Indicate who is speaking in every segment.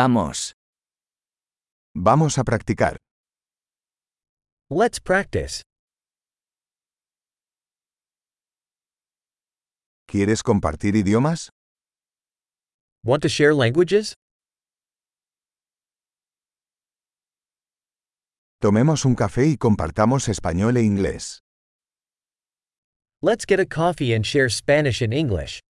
Speaker 1: Vamos.
Speaker 2: Vamos a practicar.
Speaker 3: Let's practice.
Speaker 2: ¿Quieres compartir idiomas?
Speaker 3: Want to share languages?
Speaker 2: Tomemos un café y compartamos español e inglés.
Speaker 3: Let's get a coffee and share Spanish and English.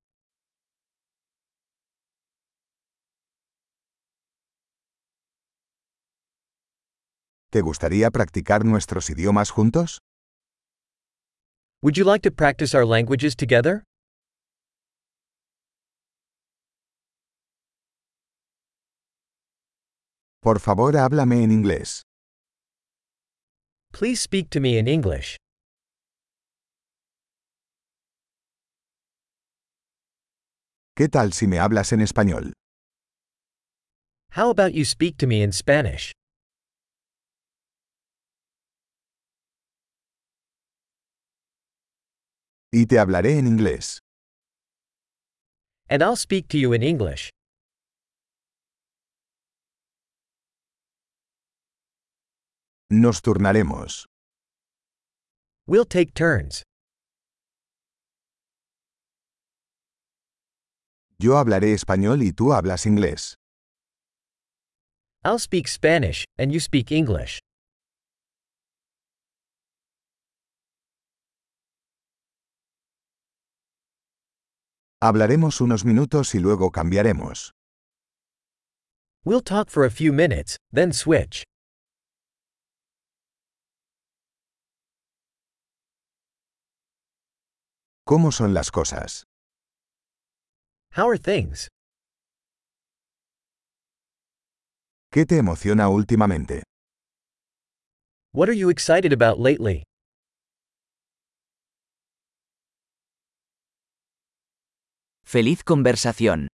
Speaker 2: ¿Te gustaría practicar nuestros idiomas juntos?
Speaker 3: Would you like to practice our languages together?
Speaker 2: Por favor, háblame en inglés.
Speaker 3: Please speak to me in English.
Speaker 2: ¿Qué tal si me hablas en español?
Speaker 3: How about you speak to me in Spanish?
Speaker 2: Y te hablaré en inglés.
Speaker 3: And I'll speak to you in English.
Speaker 2: Nos turnaremos.
Speaker 3: We'll take turns.
Speaker 2: Yo hablaré español y tú hablas inglés.
Speaker 3: I'll speak Spanish, and you speak English.
Speaker 2: Hablaremos unos minutos y luego cambiaremos.
Speaker 3: We'll talk for a few minutes, then switch.
Speaker 2: ¿Cómo son las cosas?
Speaker 3: How are things?
Speaker 2: ¿Qué te emociona últimamente?
Speaker 3: What are you excited about lately?
Speaker 1: Feliz conversación.